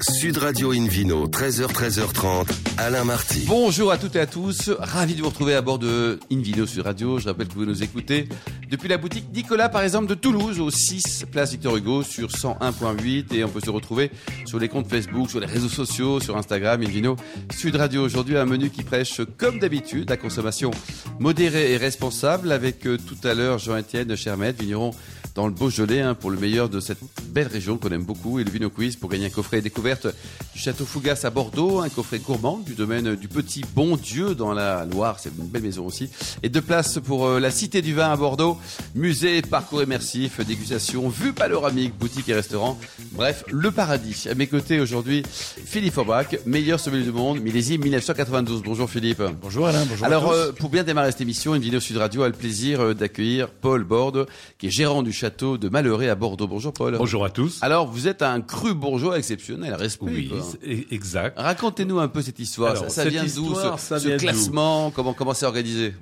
Sud Radio Invino, 13h, 13h30, Alain Marty. Bonjour à toutes et à tous, ravi de vous retrouver à bord de Invino Sud Radio. Je rappelle que vous nous écoutez depuis la boutique Nicolas, par exemple, de Toulouse, au 6 Place Victor Hugo, sur 101.8. Et on peut se retrouver sur les comptes Facebook, sur les réseaux sociaux, sur Instagram, Invino Sud Radio. Aujourd'hui, un menu qui prêche, comme d'habitude, la consommation modérée et responsable, avec euh, tout à l'heure Jean-Étienne Chermette, vigneron dans le Beaujolais, hein, pour le meilleur de cette belle région qu'on aime beaucoup, et le Vino Quiz pour gagner un coffret découverte du Château Fougas à Bordeaux, un coffret gourmand du domaine du Petit Bon Dieu dans la Loire, c'est une belle maison aussi, et deux places pour euh, la Cité du Vin à Bordeaux, musée, parcours immersif, dégustation, vue panoramique, boutique et restaurant, bref, le paradis. À mes côtés aujourd'hui, Philippe Aubrac, meilleur sommelier du monde, millésime 1992. Bonjour Philippe. Bonjour Alain, bonjour. Alors, à tous. euh, pour bien démarrer cette émission, Invino Sud Radio a le plaisir euh, d'accueillir Paul Borde, qui est gérant du château de Malheuré à Bordeaux. Bonjour Paul. bonjour à tous. Alors, vous êtes un cru bourgeois exceptionnel, respect. oui, quoi. c'est- e-, exact. Racontez-nous un peu cette histoire. Alors, ça, ça cette vient d'où ce, histoire, ça ce vient d'où classement Comment comment c'est organisé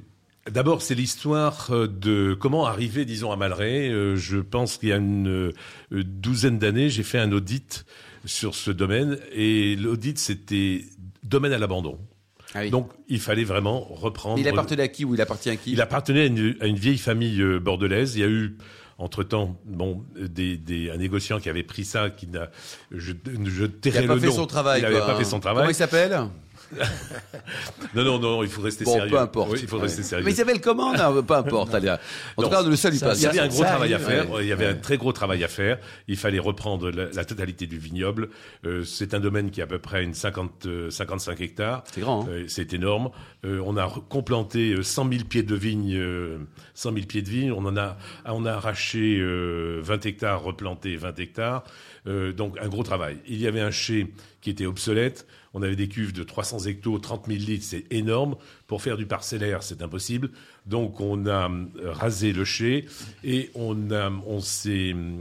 D'abord, c'est l'histoire euh, de comment arriver, disons, à Malray. Euh, Je pense qu'il y a une euh, douzaine d'années, j'ai fait un audit sur ce domaine et l'audit, c'était domaine à l'abandon. Donc, Donc, il fallait vraiment reprendre. il appartenait à qui ou il appartient à qui Il appartenait à une, à une vieille famille euh, bordelaise. Il y a eu, entre-temps, bon, des, des- un négociant qui avait pris ça, qui n'a. Je, Il je a tairai pas le fait nom. son travail. Il n'avait quoi, pas hein. fait son Comment travail. il s'appelle Non, non, non, il faut rester Bon, sérieux. peu importe. Oui, il faut Ouais. rester sérieux. Mais il s'appelle comment Non, Peu importe. allez. En tout Non, cas, le seul lui passe. Il y avait un gros Ça travail à arrive, faire. ouais. Il y avait un très gros travail à faire. Il fallait reprendre la, la totalité du vignoble. Euh, c'est un domaine qui a à peu près une 50, euh, 55 hectares. C'est grand, hein. Euh, c'est énorme. Euh, on a re- complanté euh, 100 000 pieds de vigne. euh, 100 000 pieds de vigne. On en a, on a arraché euh, 20 hectares, replanté 20 hectares. Euh, donc un gros travail. Il y avait un chai qui était obsolète. On avait des cuves de 300 hectos, 30 000 litres, c'est énorme. Pour faire du parcellaire, c'est impossible. Donc on a hum, rasé le chai et on a, on s'est, hum,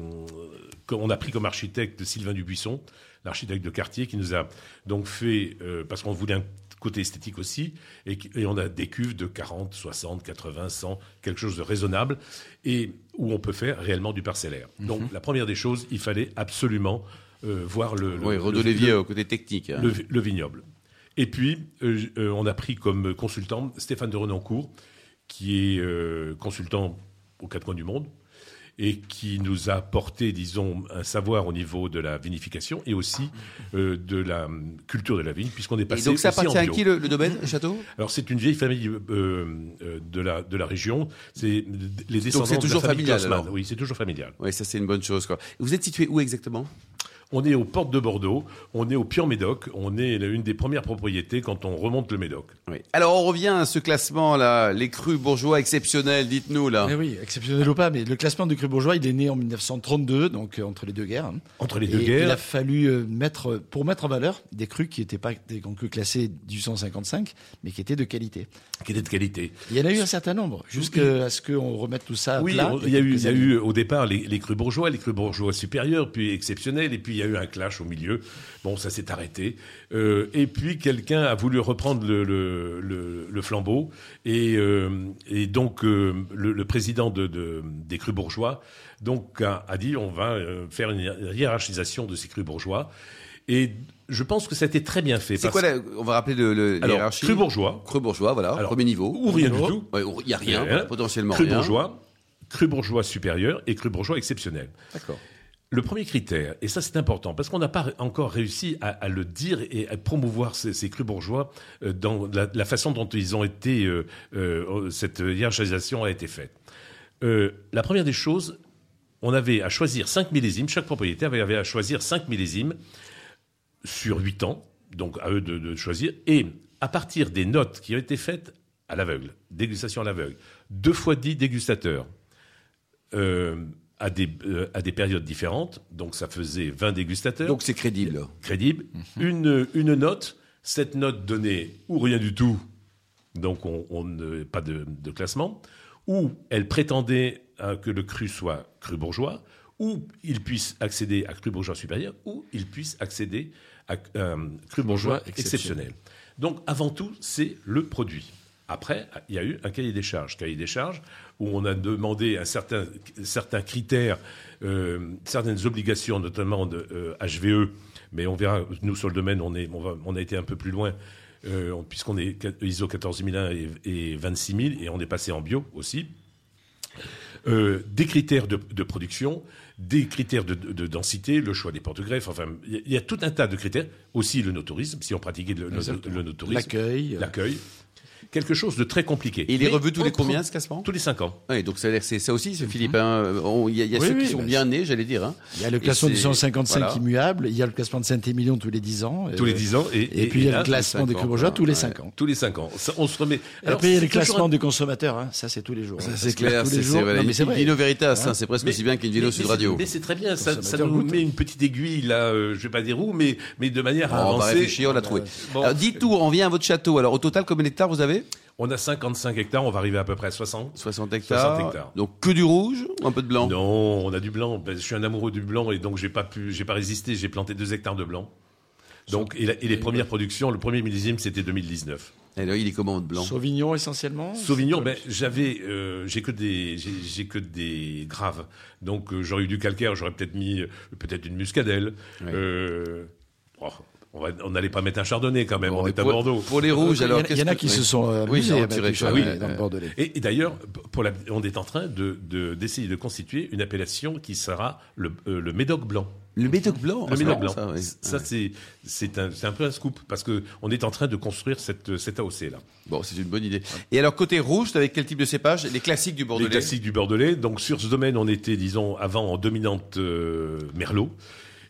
qu'on- on a pris comme architecte Sylvain Dubuisson, l'architecte de quartier, qui nous a donc fait, euh, parce qu'on voulait un côté esthétique aussi, et, qui- et on a des cuves de 40, 60, 80, 100, quelque chose de raisonnable, et où on peut faire réellement du parcellaire. Mhm. Donc la première des choses, il fallait absolument euh, voir le... le- Oui, Renaud le- Lévy au côté technique. hein. le, vi- le vignoble. Et puis, euh, j- euh, on a pris comme consultant Stéphane de Renoncourt, qui est euh, consultant aux quatre coins du monde et qui nous a apporté, disons, un savoir au niveau de la vinification et aussi euh, de la hum, culture de la vigne, puisqu'on est Et passé donc, ça aussi en appartient à bio. qui le, le domaine, le château Alors, c'est une vieille famille euh, euh, de, la, de la région. C'est les descendants de la toujours famille familial, Haussmann. alors Oui, c'est toujours familial. Oui, ça c'est une bonne chose. Quoi. Vous êtes situé où exactement On est aux portes de Bordeaux, on est au Pion-Médoc, on est une des premières propriétés quand on remonte le Médoc. oui. Alors on revient à ce classement là, les crus bourgeois exceptionnels, dites-nous Ah. là. Eh oui, exceptionnel ou pas, mais le classement du cru bourgeois, il est né en 1932, donc euh, entre les deux guerres. hein. Entre les Et deux guerres. Il a fallu euh, mettre, euh, pour mettre en valeur des crus qui n'étaient pas des grands crus classés 1855, mais qui étaient de qualité. qui était de qualité. Il y en a eu un certain nombre, jusqu'à ce qu'on remette tout ça à Oui, plat. on- il y a eu, il y a Ah, quelques eu au départ les, les crus bourgeois, les crus bourgeois supérieurs, puis exceptionnels, et puis il y a eu un clash au milieu. Bon, ça s'est arrêté. Euh, et puis quelqu'un a voulu reprendre le, le, le- le flambeau, et, euh, et donc euh, le, le président de, de- des crus bourgeois donc a, a dit on va euh, faire une hi- hiérarchisation de ces crus bourgeois. Et je pense que ça a été très bien fait. C'est parce quoi la- On va rappeler le, le- que- alors, l'hiérarchie. crus bourgeois, Crus bourgeois, voilà, Alors, premier niveau. ou rien du Ouais, tout. ou- Il n'y a rien, Rien. voilà, potentiellement cru rien. bourgeois, cru bourgeois supérieur et cru bourgeois exceptionnel. D'accord. Le premier critère, et ça c'est important, parce qu'on n'a pas encore réussi à, à le dire et à promouvoir ces, ces crus bourgeois euh, dans la, la façon dont ils ont été, euh, euh, cette hiérarchisation a été faite. Euh, la première des choses, on avait à choisir 5 millésimes, chaque propriétaire avait- avait à choisir 5 millésimes sur 8 ans, donc à eux de, de choisir, et à partir des notes qui ont été faites à l'aveugle, dégustation à l'aveugle, deux fois 10 dégustateurs, euh, à, des, euh, à des périodes différentes, donc ça faisait 20 dégustateurs, Donc c'est crédible. crédible, une, une note, cette note donnée ou rien du tout, donc on, on ne- pas de, de classement, ou elle prétendait hein, que le cru soit cru bourgeois, ou il puisse accéder à cru bourgeois supérieur, ou il puisse accéder à euh, cru bourgeois exceptionnel. Donc avant tout, c'est le produit. Après, il y a eu un cahier des charges. Cahier des charges où on a demandé un certain, certains critères, euh, certaines obligations, notamment de euh, HVE, Mais on verra. Nous, sur le domaine, on, est, on, va- on a été un peu plus loin, euh, on- puisqu'on est quat- ISO 14001 et, et 26000, et on est passé en bio aussi. Euh, des critères de, de production, des critères de, de densité, le choix des portes greffes, enfin, il y, a- il y a tout un tas de critères. Aussi le no-tourisme, si on pratiquait le, le- le no-tourisme. L'accueil. euh, L'accueil. Quelque chose de très compliqué. Et il est Mais revu tous les on prend- combien ce classement Tous les cinq ans. Oui, donc ça, a l'air- c'est ça aussi, c'est Philippe. hein. On- Il y a, il y a Mhm. Oui, ceux oui, qui sont bah, bien nés, j'allais dire. hein. Il y a le Et classement c'est- du 155 voilà. immuable, il y a le classement de Saint-Émilion tous les 10 ans. Tous les euh, dix ans. Et, Et, puis il y a là, le classement des cinq ans, Cambodgiens tous les ouais. 5 ans. Tous les cinq ans. Ça, on se remet. Alors, puis il y a le c'est toujours classement un- du consommateur, hein. ça c'est tous les jours. Ça, hein. C'est clair, tous c'est les c'est jours. vrai. Non, mais c'est Une vrai. Vino Veritas, hein, c'est presque Mais- aussi bien qu'une Vino mais- Sud mais Radio. c'est- Mais c'est très bien, ça, Ça ça m'a nous fait met une petite aiguille, là, euh, je vais pas dire où, mais, mais de manière à on va avancer. réfléchir, on l'a trouvé. Euh, Bon. Alors, dites tout, on vient à votre château. Alors, au total, combien d'hectares vous avez On a 55 hectares, on va arriver à peu près à 60. 60 hectares. 60 hectares. Donc, que du rouge ou un peu de blanc Non, on a du blanc. Ben, je suis un amoureux du blanc et donc j'ai pas pu, j'ai pas résisté. J'ai planté 2 hectares de blanc. Donc et, la- et les premières productions, le premier millésime, c'était 2019. Et là, Eh il est comment, votre blanc Sauvignon essentiellement. Sauvignon, ben, j'avais, euh, j'ai que des, j'ai- j'ai que des graves. Donc euh, j'aurais eu du calcaire, j'aurais peut-être mis euh, peut-être une muscadelle. Euh, oh, on va- on n'allait pas mettre un chardonnay quand même. Bon, on et est à pour- Bordeaux. Pour les rouges, alors. il y en a- il y en a qu'est-ce qui que- se sont euh, Oui, amusés j'en avec tirais les pas, Chardonnay ouais, dans le ouais. Bordelais. Et, et d'ailleurs, pour la- on est en train de de- d'essayer de, constituer une appellation qui sera le, euh, le Médoc blanc. Le médoc blanc. Le ah, c'est Médoc marrant, blanc. ça, ouais. Ça, c'est c'est un, c'est un peu un scoop parce que on est en train de construire cette cette AOC là. Ah. Bon, c'est une bonne idée. Et alors, côté rouge, avec quel type de cépage Les classiques du Les Bordelais. classiques du Bordelais. Donc sur ce domaine, on était disons avant en dominante euh, Merlot.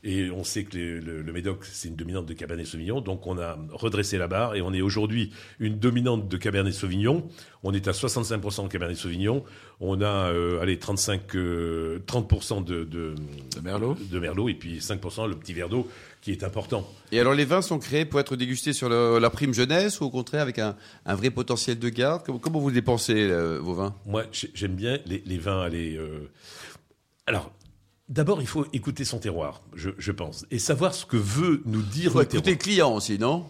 Et on sait que les- le, le Médoc, c'est une dominante de Cabernet Sauvignon. Donc, on a redressé la barre et on est aujourd'hui une dominante de Cabernet Sauvignon. On est à 65% de Cabernet Sauvignon. On a, euh, allez, 35, euh, 30% de, de, De Merlot. de Merlot et puis 5% le petit verre d'eau qui est important. Et alors, les vins sont créés pour être dégustés sur le- la prime jeunesse ou au contraire avec un, un vrai potentiel de garde Comment, comment vous les pensez, euh, vos vins Moi, j'ai- j'aime bien les, les vins. Les, euh, Alors, d'abord, il faut écouter son terroir, je, je pense, et savoir ce que veut nous dire Faut le écouter le terroir. client aussi, non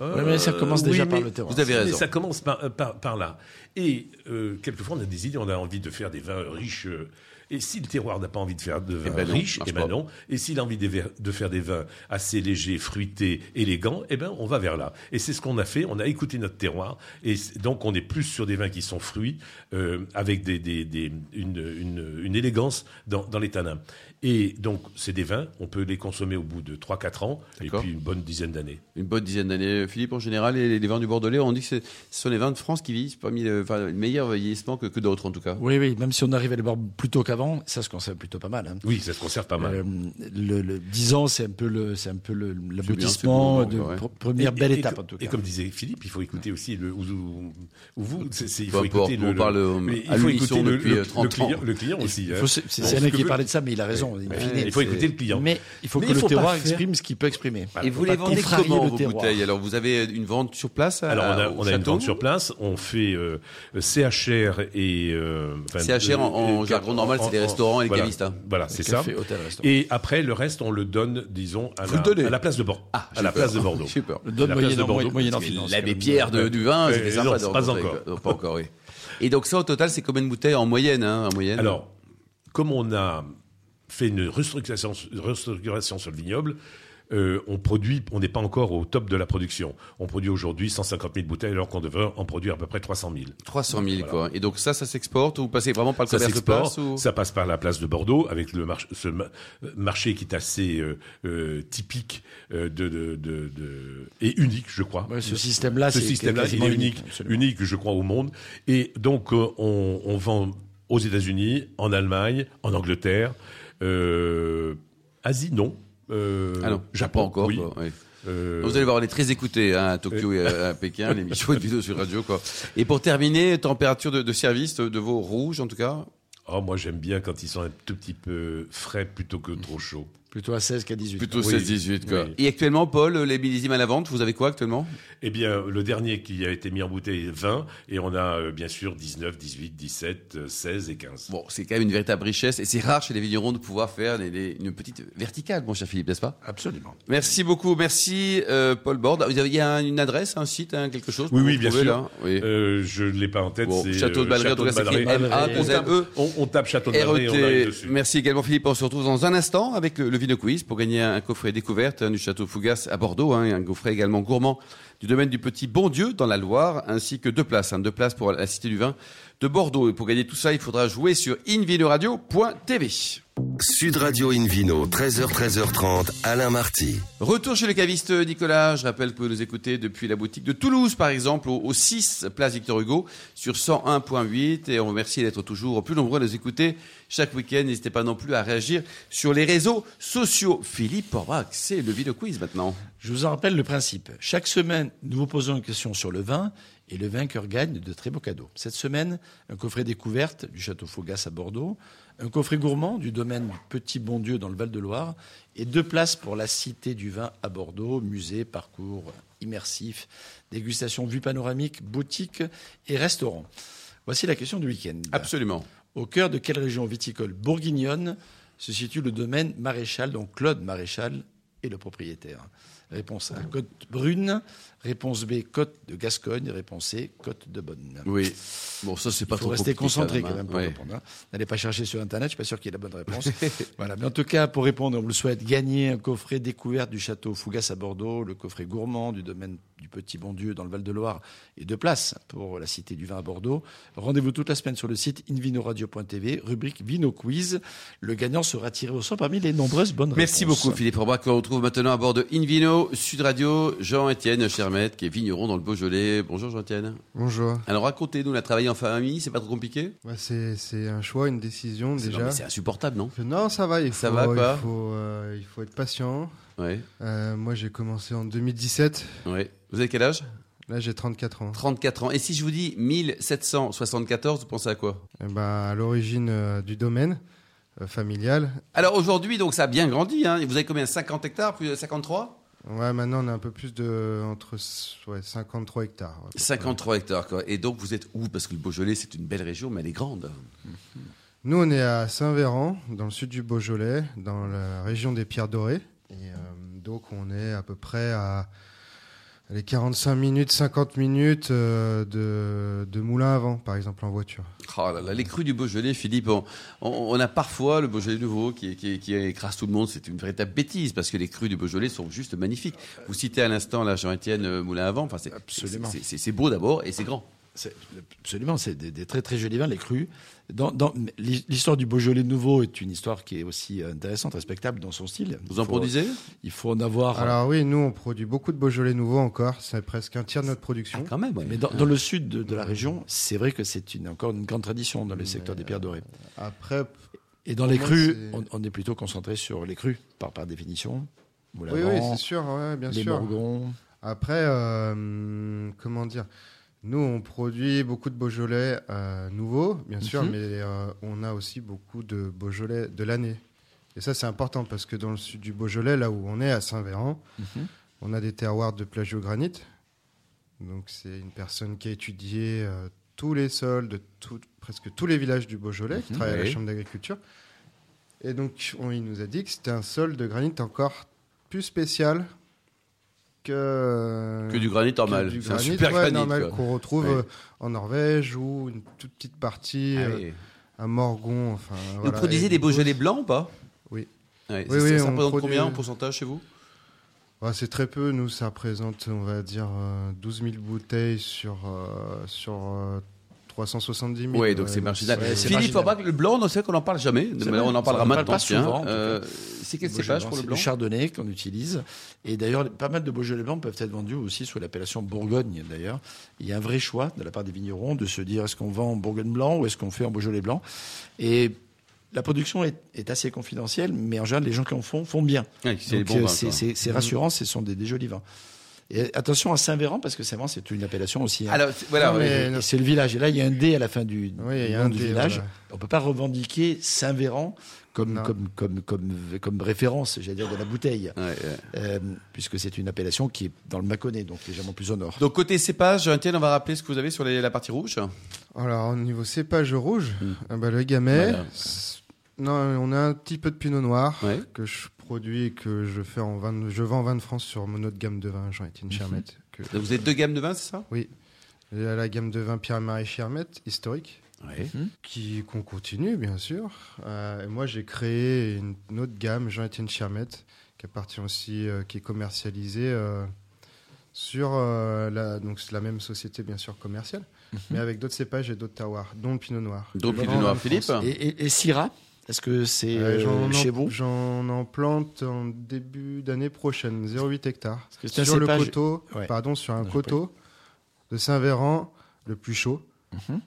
Ouais, mais ça commence Euh, déjà oui, par mais le terroir. Vous avez mais raison. ça commence par, euh, par, par là. Et euh, quelquefois, on a des idées, on a envie de faire des vins riches. euh, et si le terroir n'a pas envie de faire de vins ben non, riches, marche eh ben pas. non. Et s'il a envie de, ver- de faire des vins assez légers, fruités, élégants, eh ben on va vers là. Et c'est ce qu'on a fait. On a écouté notre terroir. Et c- donc, on est plus sur des vins qui sont fruits, euh, avec des, des- des- une, une- une élégance dans, dans les tanins. Et donc, c'est des vins, on peut les consommer au bout de 3-4 ans, et D'accord. puis une bonne dizaine d'années. Une bonne dizaine d'années. Philippe, en général, les, les vins du Bordelais, on dit que c'est- ce sont les vins de France qui vieillissent parmi le, enfin, le meilleur vieillissement que, que d'autres, en tout cas. Oui, oui, même si on arrive à les boire plus tôt qu'avant, ça se conserve plutôt pas mal. hein. Oui, ça se conserve pas mal. Euh, le, le 10 ans, c'est un peu le, c'est un peu le, bon, l'aboutissement de encore, ouais. pr- première belle et étape co- en tout Et cas. comme disait Philippe, il faut écouter aussi le ou, ou- ou vous. c'est- c'est- il Peu faut importe, écouter on le, le- parle, euh, mais à il faut l'unisson écouter le, depuis, le- euh, le 30 client, ans. le client aussi. Il hein. faut- c'est- c'est Donc, ce c'est Alain que qui veut- parlait de ça, mais il a raison. in Ouais, fine, Il faut c'est- écouter le client. Mais il faut Mais que il le faut pas terroir faire- exprime ce qu'il peut exprimer. Voilà, Et faut vous pas les vendez contrarier comment, le vos terroir. bouteilles Alors, vous avez une vente sur euh, place à- Alors on à- a, au on a une château vente sur place, on fait euh, CHR et euh, enfin, CHR en- en et- jargon normal, c'est les restaurants et les voilà, cavistes, hein. Voilà, c'est ça. Café, hôtel, restaurant. Et après le reste, on le donne, disons, à, Vous le la, donnez à la place de Bordeaux. Ah, à la j'ai place de peur. Bordeaux. J'ai peur. Le donne La place de moyennant- Bordeaux. moyennant Parce que finance, quand L'abbé même. Pierre de, du vin, Euh, c'était non, sympa. de c'est pas rencontrer. encore. Non, pas encore, oui. Et donc ça, au total, c'est combien de bouteilles en moyenne, hein, en moyenne Alors, comme on a fait une restructuration, restructuration sur le vignoble, euh, on produit, on n'est pas encore au top de la production. On produit aujourd'hui 150 000 bouteilles alors qu'on devrait en produire à peu près 300 000. 300 000, quoi. Et donc ça, ça s'exporte ou vous passez vraiment par le Ça commerce de s'exporte, place ou... ça passe par la place de Bordeaux avec le march- ce ma- marché qui est assez euh, euh, typique euh, de, de- de- de- et unique, je crois. euh, Ouais, ce système-là, ce Ah, c'est système-là, il quasiment est unique, absolument. unique, je crois, au monde. Et donc, euh, on, on vend aux États-Unis, en Allemagne, en Angleterre, euh, Asie, non. Euh, Ah non, Japon pas encore. oui. quoi, oui. Euh, Vous allez voir, on est très écoutés hein, à Tokyo et à, à Pékin, l'émission est vidéo sur radio. Quoi. Et pour terminer, température de, de service de, de vos rouges, en tout cas oh, moi, j'aime bien quand ils sont un tout petit peu frais plutôt que trop chauds. Plutôt à 16 qu'à 18. Plutôt Oui. 16-18. quoi. Oui. Et actuellement, Paul, les millésimes à la vente, vous avez quoi actuellement Eh bien, le dernier qui a été mis en bouteille est 20, et on a euh, bien sûr 19, 18, 17, euh, 16 et 15. Bon, c'est quand même une véritable richesse et c'est rare chez les vignerons de pouvoir faire des- des- une petite verticale, mon cher Philippe, n'est-ce pas Absolument. Merci beaucoup, merci euh, Paul Borde. Vous avez- Il y a un- une adresse, un site, hein, quelque chose pour Oui, vous oui, bien retrouver, sûr. là Oui. Euh, je ne l'ai pas en tête. Bon, c'est, Château de euh, Balleray, en tout cas, Château de c'est écrit Balleray. M.A. On tape- E. On, on tape Château de Balleray et on arrive RET. dessus. Merci également Philippe, on se retrouve dans un instant avec le, le Vino Quiz pour gagner un coffret découverte hein, du château Fougas à Bordeaux, hein, et un coffret également gourmand du domaine du Petit Bon Dieu dans la Loire, ainsi que deux places, hein, deux places pour la Cité du Vin de Bordeaux. Et pour gagner tout ça, il faudra jouer sur invinoradio.tv. Sud Radio Invino, 13h, 13h30, Alain Marty. Retour chez le caviste Nicolas. Je rappelle que vous nous écoutez depuis la boutique de Toulouse, par exemple, au, au 6 Place Victor Hugo, sur 101.8. Et on vous remercie d'être toujours plus nombreux à nous écouter chaque week-end. N'hésitez pas non plus à réagir sur les réseaux sociaux. Philippe Porbrac, c'est le Vino Quiz maintenant. Je vous en rappelle le principe. Chaque semaine, nous vous posons une question sur le vin et le vainqueur gagne de très beaux cadeaux. Cette semaine, un coffret découverte du château Fougas à Bordeaux, un coffret gourmand du domaine du Petit Bon Dieu dans le Val-de-Loire et deux places pour la Cité du Vin à Bordeaux, musée, parcours immersif, dégustation vue panoramique, boutique et restaurant. Voici la question du week-end. Absolument. Au cœur de quelle région viticole bourguignonne se situe le domaine Maréchal, dont Claude Maréchal est le propriétaire Réponse A, Côte Brune. Réponse B, Côte de Gascogne. Réponse C, Côte de Bonne. Oui. Bon, ça, c'est pas Il faut trop rester compliqué, concentré quand même hein. pour Ouais. répondre. hein. N'allez pas chercher sur Internet, je suis pas sûr qu'il y ait la bonne réponse. voilà. Mais en tout cas, pour répondre, on vous le souhaite, gagner un coffret découverte du château Fougas à Bordeaux, le coffret gourmand du domaine du Petit Bon Dieu dans le Val-de-Loire et deux places pour la Cité du Vin à Bordeaux. Rendez-vous toute la semaine sur le site invinoradio.tv, rubrique Vino Quiz. Le gagnant sera tiré au sort parmi les nombreuses bonnes Merci réponses. beaucoup Philippe Robrac. On retrouve maintenant à bord de Invino Sud Radio Jean-Étienne Chermette qui est vigneron dans le Beaujolais. Bonjour Jean-Étienne. Bonjour. Alors racontez-nous, la travailler en famille, c'est pas trop compliqué Bah, c'est c'est un choix, une décision C'est- non, déjà. mais C'est insupportable, non Non, ça va, il faut, Ça va, quoi il, faut, euh, il faut être patient. Ouais, Euh, moi, j'ai commencé en 2017. ouais. Vous avez quel âge Là, j'ai 34 ans. 34 ans. Et si je vous dis 1774, vous pensez à quoi Et bah, à l'origine euh, du domaine euh, familial. Alors aujourd'hui, donc ça a bien grandi. Hein. Vous avez combien 50 hectares Plus euh, de 53 Ouais, maintenant, on a un peu plus de. entre s- ouais, 53 hectares. 53 hectares, quoi. Et donc vous êtes où Parce que le Beaujolais, c'est une belle région, mais elle est grande. Nous, on est à Saint-Véran, dans le sud du Beaujolais, dans la région des Pierres Dorées. Et euh, donc, on est à peu près à les 45 minutes, 50 minutes euh, de, de Moulin à Vent, par exemple, en voiture. Oh là là, les crues du Beaujolais, Philippe, on, on- on a parfois le Beaujolais nouveau qui, qui, qui écrase tout le monde. C'est une véritable bêtise parce que les crues du Beaujolais sont juste magnifiques. Vous citez à l'instant là Jean-Étienne euh, Moulin à Vent. Enfin, c'est- Absolument. c'est- C'est c'est beau d'abord et c'est grand. C'est- Absolument, c'est des, des très très jolis vins, les crus. Dans, dans- L'histoire du Beaujolais nouveau est une histoire qui est aussi euh, intéressante, respectable dans son style. Vous en Il faut- Hmm produisez Il faut en avoir. Alors, oui, nous, on produit beaucoup de Beaujolais nouveau encore. C'est presque un tiers de notre production. Quand même. ouais. euh, mais dans, dans le sud de, de la région, c'est vrai que c'est une, encore une grande tradition dans le secteur des pierres dorées. Après, Et dans les euh, moi, crus, c'est- on, on est plutôt concentré sur les crus, par, par définition. Moulin oui, à oui, Vent, c'est sûr, ouais, bien les sûr. Morgons. Après, euh, comment dire Nous, on produit beaucoup de Beaujolais euh, nouveaux, bien sûr, Mhm. mais euh, on a aussi beaucoup de Beaujolais de l'année. Et ça, c'est important parce que dans le sud du Beaujolais, là où on est, à Saint-Véran, Mhm. on a des terroirs de plagiogranite. Donc, c'est une personne qui a étudié euh, tous les sols de tout- presque tous les villages du Beaujolais, qui Mhm. travaille à Oui. la Chambre d'agriculture. Et donc, on- il nous a dit que c'était un sol de granit encore plus spécial que, Que du granit normal. que du C'est un granit, super ouais, granit. normal quoi. qu'on retrouve Ouais. euh, en Norvège ou une toute petite partie Ah euh, oui. à Morgon. Enfin, Vous voilà. produisez Et des du coup, Beaujolais blancs ou pas Oui. Ouais, Oui, ça- oui, ça on représente produit- combien en pourcentage chez vous ouais, c'est très peu. Nous, ça représente, on va dire, euh, 12 000 bouteilles sur, euh, sur euh, 370 000. Oui, donc Ouais, c'est marginal. ouais, c'est Philippe marginal. Forbach, le blanc, on sait qu'on n'en parle jamais. C'est Mais vrai, on en ça, parlera on en parle maintenant. pas tiens. souvent, en tout cas. Euh, C'est quel Beaujolais cépage blanc, pour le c'est blanc du chardonnay qu'on utilise. Et d'ailleurs, pas mal de Beaujolais blancs peuvent être vendus aussi sous l'appellation Bourgogne, d'ailleurs. Il y a un vrai choix de la part des vignerons de se dire est-ce qu'on vend en Bourgogne blanc ou est-ce qu'on fait en Beaujolais blanc Et la production est, est assez confidentielle, mais en général, les gens qui en font font bien. Ouais, c'est les Donc, bons euh, vins, c'est- quoi. c'est c'est rassurant, ce sont des, des jolis vins. Et attention à Saint-Véran, parce que Saint-Véran, c'est une appellation aussi. hein. Alors, c'est- voilà. Non, ouais. mais- Et c'est le village. Et là, il y a un dé à la fin du, Oui, il y a nom un du dé, village. voilà. On peut pas revendiquer Saint-Véran comme, Non. comme, comme, comme, comme référence, j'allais dire, de la bouteille, Ouais, ouais. euh, puisque c'est une appellation qui est dans le Mâconnais, donc légèrement plus au nord. Donc côté cépage, Étienne, on va rappeler ce que vous avez sur les- la partie rouge. Alors, au niveau cépage rouge, ah bah, le gamay. Hmm. Voilà. c'est- Non, on a un petit peu de pinot noir Ouais. que je produis et que je, fais en vin, je vends en vin de France sur mon autre gamme de vin, Jean-Étienne Mhm. Chermette. que- Donc, vous avez deux gammes de vins, c'est ça Il y a la gamme de vin Pierre-Marie Chermette, historique. Ouais. qui qu'on continue bien sûr. Euh, et moi j'ai créé une, une autre gamme, Jean-Étienne Chermette, qui appartient aussi, euh, qui est commercialisée euh, sur euh, la, donc c'est la même société bien sûr commerciale, mais avec d'autres cépages et d'autres terroirs, dont le Pinot Noir. Donc, Je Pinot vends Noir en Philippe France. Hum. Et, et, et Syrah Est-ce que c'est Euh, euh, j'en en- chez vous J'en en plante en début d'année prochaine, 0,8 hectares. Parce que c'est un Sur le cépage- coteau, Ouais. pardon, sur un Non, j'ai coteau de Saint-Véran, le plus chaud. Mhm.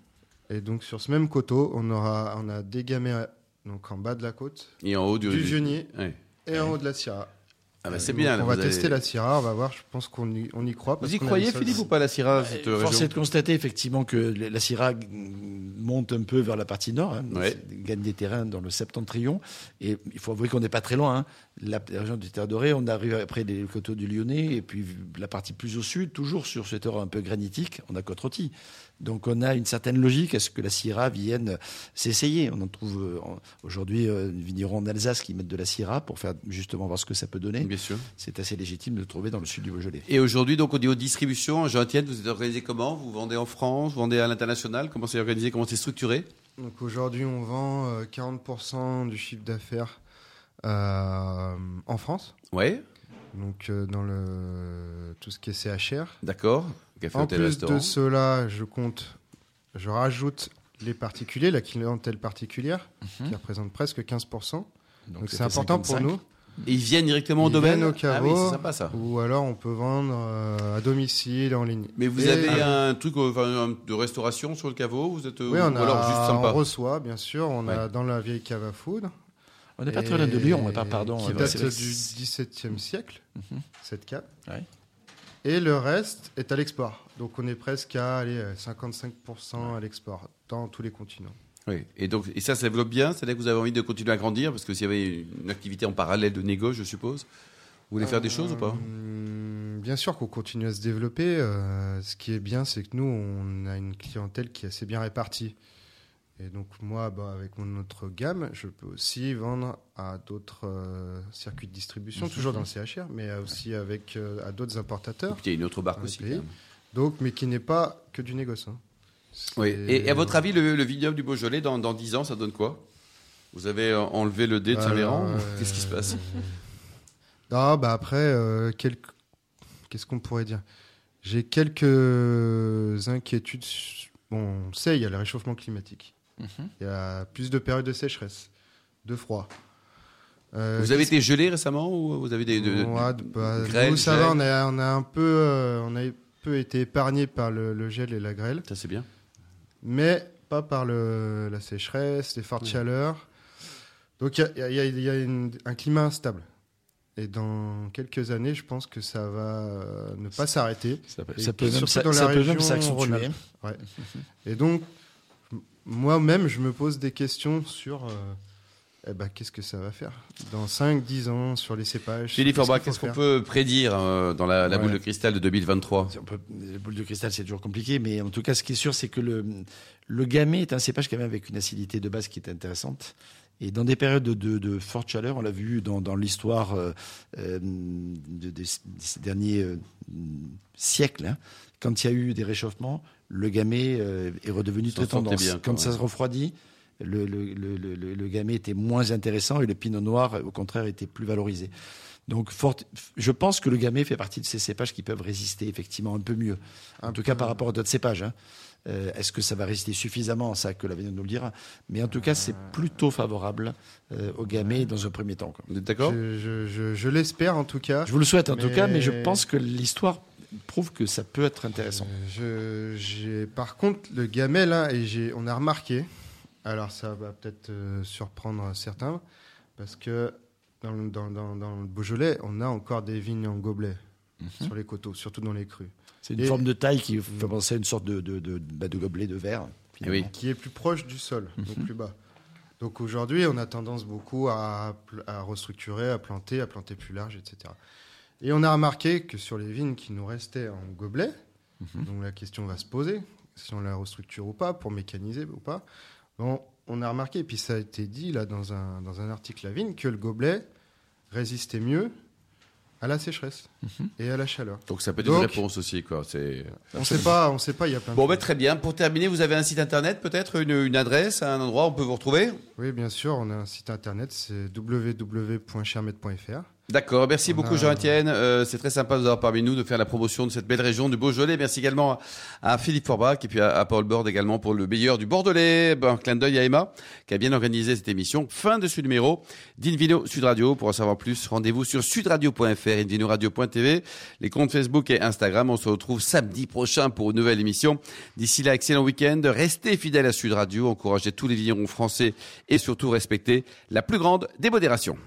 Et donc sur ce même coteau, on aura, on a dégamé euh, donc en bas de la côte Et en haut du. du Viognier Ouais. et en haut de la Sierra. Ah bah, c'est Donc, bien. là, On va vous tester avez- la Sierra, on va voir. Je pense qu'on y, on y croit. parce Vous y qu'on a croyez, mis ça- Philippe, ou pas, la Syrah Euh, cette Force région est de constater effectivement que le- la Syrah mm, monte un peu vers la partie nord, hein, Ouais. C'est- gagne des terrains dans le septentrion. Et il faut avouer qu'on n'est pas très loin. hein. La, la région du Terre Dorée, on arrive après les coteaux du Lyonnais, et puis la partie plus au sud, toujours sur ce terrain un peu granitique, on a côte rôtie. Donc on a une certaine logique à ce que la Syrah vienne s'essayer. On en trouve euh, en- aujourd'hui euh, des vignerons en Alsace qui mettent de la Syrah pour faire justement voir ce que ça peut donner. Bien sûr. C'est assez légitime de le trouver dans le sud du Beaujolais. Et aujourd'hui, donc, au niveau distribution, Jean-Étienne, vous êtes organisé comment Vous vendez en France Vous vendez à l'international Comment c'est organisé Comment c'est structuré Donc aujourd'hui, on vend euh, 40% du chiffre d'affaires euh, en France. Ouais, Donc euh, dans le tout ce qui est CHR. d'accord. Café, En hôtel, plus restaurant. de cela, je compte, je rajoute les particuliers, la clientèle particulière, Mhm. qui représente presque 15%. ça Donc c'est fait important pour 55. nous. Et ils viennent directement au Ils domaine viennent au carreau. Ah oui, c'est sympa ça. Ou alors on peut vendre euh, à domicile, en ligne. Mais vous Et- avez un truc euh, enfin, un- de restauration sur le caveau Vous êtes euh, Oui, on, ou a, alors juste sympa on reçoit, bien sûr. On a dans la vieille cave à foudre. On n'est pas Et- très loin de Lyon, on n'est pas, pardon. Qui ouais, date c'est du vrai que XVIIe siècle, cette cave. Ouais. Et le reste est à l'export. Donc on est presque à allez, euh, 55% à l'export dans tous les continents. Oui. Et donc et ça, ça développe bien C'est-à-dire que vous avez envie de continuer à grandir Parce que s'il y avait une activité en parallèle de négoce, je suppose, vous voulez Euh, faire des choses ou pas Hum, Bien sûr qu'on continue à se développer. Euh, ce qui est bien, c'est que nous, on a une clientèle qui est assez bien répartie. Et donc moi, bah, avec mon autre gamme, je peux aussi vendre à d'autres euh, circuits de distribution, toujours dans le CHR, mais aussi avec euh, à d'autres Et importateurs. puis il y a une autre barque Dans aussi. les pays. quand même. Donc, mais qui n'est pas que du négoce. hein. Oui. C'est- Et, et à votre avis, le, le vignoble du Beaujolais, dans, dans 10 ans, ça donne quoi Vous avez euh, enlevé le dé de Saint-Véran Alors, ou euh, Qu'est-ce qui se passe Ah bah après, euh, quel- qu'est-ce qu'on pourrait dire J'ai quelques inquiétudes. su- Bon, on sait, il y a le réchauffement climatique. Mhm. Il y a plus de périodes de sécheresse, de froid. Euh, Vous avez été gelé récemment ou vous avez des de- de- Ouais, de- bah, grêle, nous, ça va, gel on a, on a un peu, euh, on a peu été épargné par le, le gel et la grêle, Ça c'est bien. mais pas par le, la sécheresse, les fortes chaleurs. Donc il y a- il y a, il y a- il y a une- un climat instable. Et dans quelques années, je pense que ça va euh, ne pas s'arrêter. Ça peut, Et ça peut surtout même, ça- dans la ça peut même région s'accentuer. Rhône-Alpes. Et donc, m- moi-même, je me pose des questions sur euh, eh ben, qu'est-ce que ça va faire dans 5-10 ans sur les cépages. Philippe Qu'est-ce Orbach, qu'il qu'est-ce faut qu'on faire peut prédire euh, dans la, la boule de cristal de 2023 On peut- La boule de cristal, c'est toujours compliqué, mais en tout cas, ce qui est sûr, c'est que le, le gamay est un cépage quand même avec une acidité de base qui est intéressante. Et dans des périodes de, de, de forte chaleur, on l'a vu dans, dans l'histoire euh, euh, de, des- de ces derniers euh, siècles, hein, quand il y a eu des réchauffements, le gamay euh, est redevenu S'en très tendance. sortait bien, quand quand ça même. se refroidit, le, le, le, le, le- le gamay était moins intéressant et le pinot noir, au contraire, était plus valorisé. Donc, forte- je pense que le gamay fait partie de ces cépages qui peuvent résister effectivement un peu mieux. En Un tout peu. cas, par rapport à d'autres cépages. hein. Euh, Est-ce que ça va résister suffisamment Ça, que l'avenir nous le dira. Mais en tout cas, c'est Ah. plutôt favorable euh, au gamay dans un premier temps. quoi. Vous êtes d'accord Je, je- je- je l'espère en tout cas. Je vous le souhaite en tout Mais- cas, mais je pense que l'histoire prouve que ça peut être intéressant. Euh, Je- j'ai- par contre, le gamay, là, et j'ai- on a remarqué, alors ça va peut-être euh, surprendre certains, parce que dans, le- dans- dans- dans le Beaujolais, on a encore des vignes en gobelet sur les coteaux, surtout dans les crues, C'est une Et- forme de taille qui fait penser à une sorte de, de, de, bah, de gobelet de verre. finalement. oui. qui est plus proche du sol, donc plus bas. Donc aujourd'hui, on a tendance beaucoup à, pl- à restructurer, à planter, à planter plus large, etc. Et on a remarqué que sur les vignes qui nous restaient en gobelet, donc la question va se poser, si on la restructure ou pas, pour mécaniser ou pas, bon, on a remarqué, et puis ça a été dit là dans un, dans un article à vigne, que le gobelet résistait mieux à la sécheresse et à la chaleur. Donc ça peut être une Donc- réponse aussi, quoi. C'est... On sait pas, on sait pas, il y a plein de Bon, bah, choses. très bien. Pour terminer, vous avez un site internet, peut-être une, une adresse, un endroit où on peut vous retrouver Oui, bien sûr, on a un site internet, c'est www.chermet.fr. D'accord, merci On beaucoup a- Jean-Étienne. Euh, c'est très sympa de vous avoir parmi nous, de faire la promotion de cette belle région du Beaujolais. Merci également à, à Philippe Forbach et puis à, à Paul Borde également pour le meilleur du Bordelais. Ben, un clin d'œil à Emma qui a bien organisé cette émission. Fin de ce numéro d'Invino Sud Radio. Pour en savoir plus, rendez-vous sur sudradio.fr, invinoradio.tv, les comptes Facebook et Instagram. On se retrouve samedi prochain pour une nouvelle émission. D'ici là, excellent week-end. Restez fidèles à Sud Radio, encouragez tous les vignerons français et surtout respectez la plus grande démodération.